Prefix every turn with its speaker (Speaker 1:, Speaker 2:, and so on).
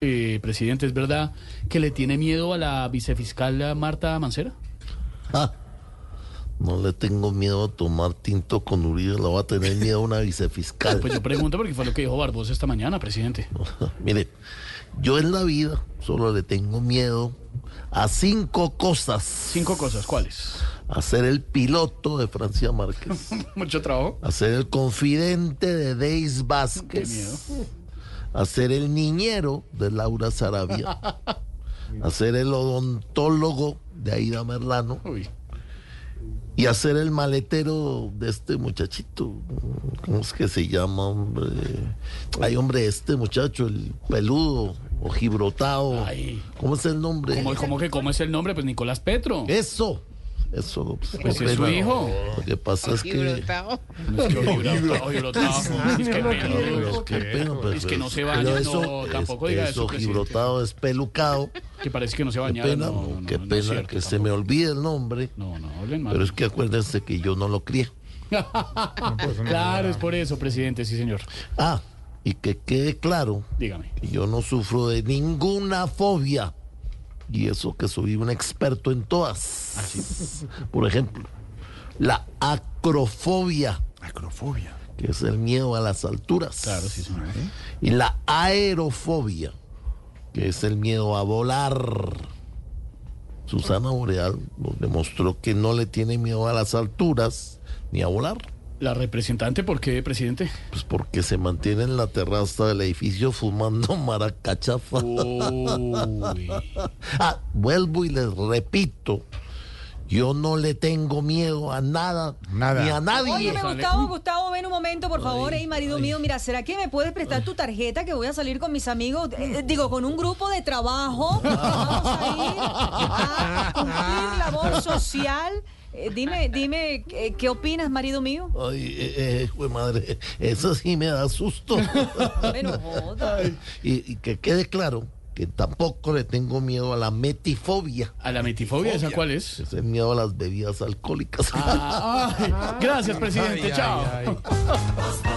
Speaker 1: eh, presidente. ¿Es verdad que le tiene miedo a la vicefiscal Marta Mancera?
Speaker 2: Ah, no le tengo miedo a tomar tinto con Uribe, la va a tener miedo a una vicefiscal.
Speaker 1: Pues yo pregunto porque fue lo que dijo Barbosa esta mañana, presidente.
Speaker 2: Mire, yo en la vida solo le tengo miedo a cinco cosas.
Speaker 1: Cinco cosas, ¿cuáles?
Speaker 2: A ser el piloto de Francia Márquez.
Speaker 1: Mucho trabajo.
Speaker 2: A ser el confidente de Deis
Speaker 1: Qué
Speaker 2: Vázquez.
Speaker 1: miedo.
Speaker 2: a ser el niñero de Laura Sarabia, a ser el odontólogo de Aida Merlano
Speaker 1: Uy.
Speaker 2: y a ser el maletero de este muchachito. ¿Cómo es que se llama, hombre? Ay, hombre, este muchacho, el peludo, ojibrotado.
Speaker 1: Ay.
Speaker 2: ¿Cómo es el nombre?
Speaker 1: ¿Cómo, cómo que, ¿Cómo es el nombre? Pues Nicolás Petro.
Speaker 2: Eso. Eso.
Speaker 1: Pues es su
Speaker 2: Pero
Speaker 1: hijo.
Speaker 2: Lo que pasa es que...
Speaker 1: No, es que ojibrotado, ojibrotado. Es que
Speaker 2: Pero,
Speaker 1: Petro,
Speaker 2: qué pena, pues,
Speaker 1: Es que no se
Speaker 2: pero
Speaker 1: baña,
Speaker 2: eso-
Speaker 1: no, tampoco
Speaker 2: es-
Speaker 1: diga
Speaker 2: es
Speaker 1: eso, presidente.
Speaker 2: ojibrotado, es pelucado.
Speaker 1: que parece que no se
Speaker 2: Qué
Speaker 1: bañaba.
Speaker 2: pena,
Speaker 1: no,
Speaker 2: no,
Speaker 1: no,
Speaker 2: qué
Speaker 1: no, no
Speaker 2: pena
Speaker 1: es cierto,
Speaker 2: que se me olvide el nombre.
Speaker 1: No, no, hablen mal.
Speaker 2: Pero es que acuérdense que yo no lo crié.
Speaker 1: Claro, es por eso, presidente, sí, señor.
Speaker 2: Ah, y que quede claro
Speaker 1: Dígame.
Speaker 2: que yo no sufro de ninguna fobia. Y eso que soy un experto en todas. Por ejemplo, la acrofobia,
Speaker 3: Acrofobia.
Speaker 2: que es el miedo a las alturas.
Speaker 1: Claro, sí, señor.
Speaker 2: Y la aerofobia, que es el miedo a volar. Susana Boreal nos demostró que no le tiene miedo a las alturas ni a volar,
Speaker 1: La representante, ¿por qué, presidente?
Speaker 2: pues porque se mantiene en la terraza del edificio fumando maracachafa.
Speaker 1: Uy.
Speaker 2: Ah, vuelvo y les repito, yo no le tengo miedo a nada,
Speaker 3: Nada.
Speaker 2: ni a nadie.
Speaker 4: Óyeme, Gustavo, Gustavo, ven un momento, por favor. Ey, marido mío, mira, ¿será que me puedes prestar tu tarjeta que voy a salir con mis amigos? Eh, eh, digo, con un grupo de trabajo. Vamos a ir a cumplir labor social. Eh, dime, dime, eh, ¿qué opinas, marido mío?
Speaker 2: Ay, eh, eh, jue madre, eso sí me da susto.
Speaker 4: Bueno, joda.
Speaker 2: y, y que quede claro que tampoco le tengo miedo a la metifobia,
Speaker 1: ¿A la metifobia esa cuál es?
Speaker 2: que es el miedo a las bebidas alcohólicas.
Speaker 1: Ah, ay, gracias, presidente. Chao.
Speaker 3: ay.
Speaker 5: Voz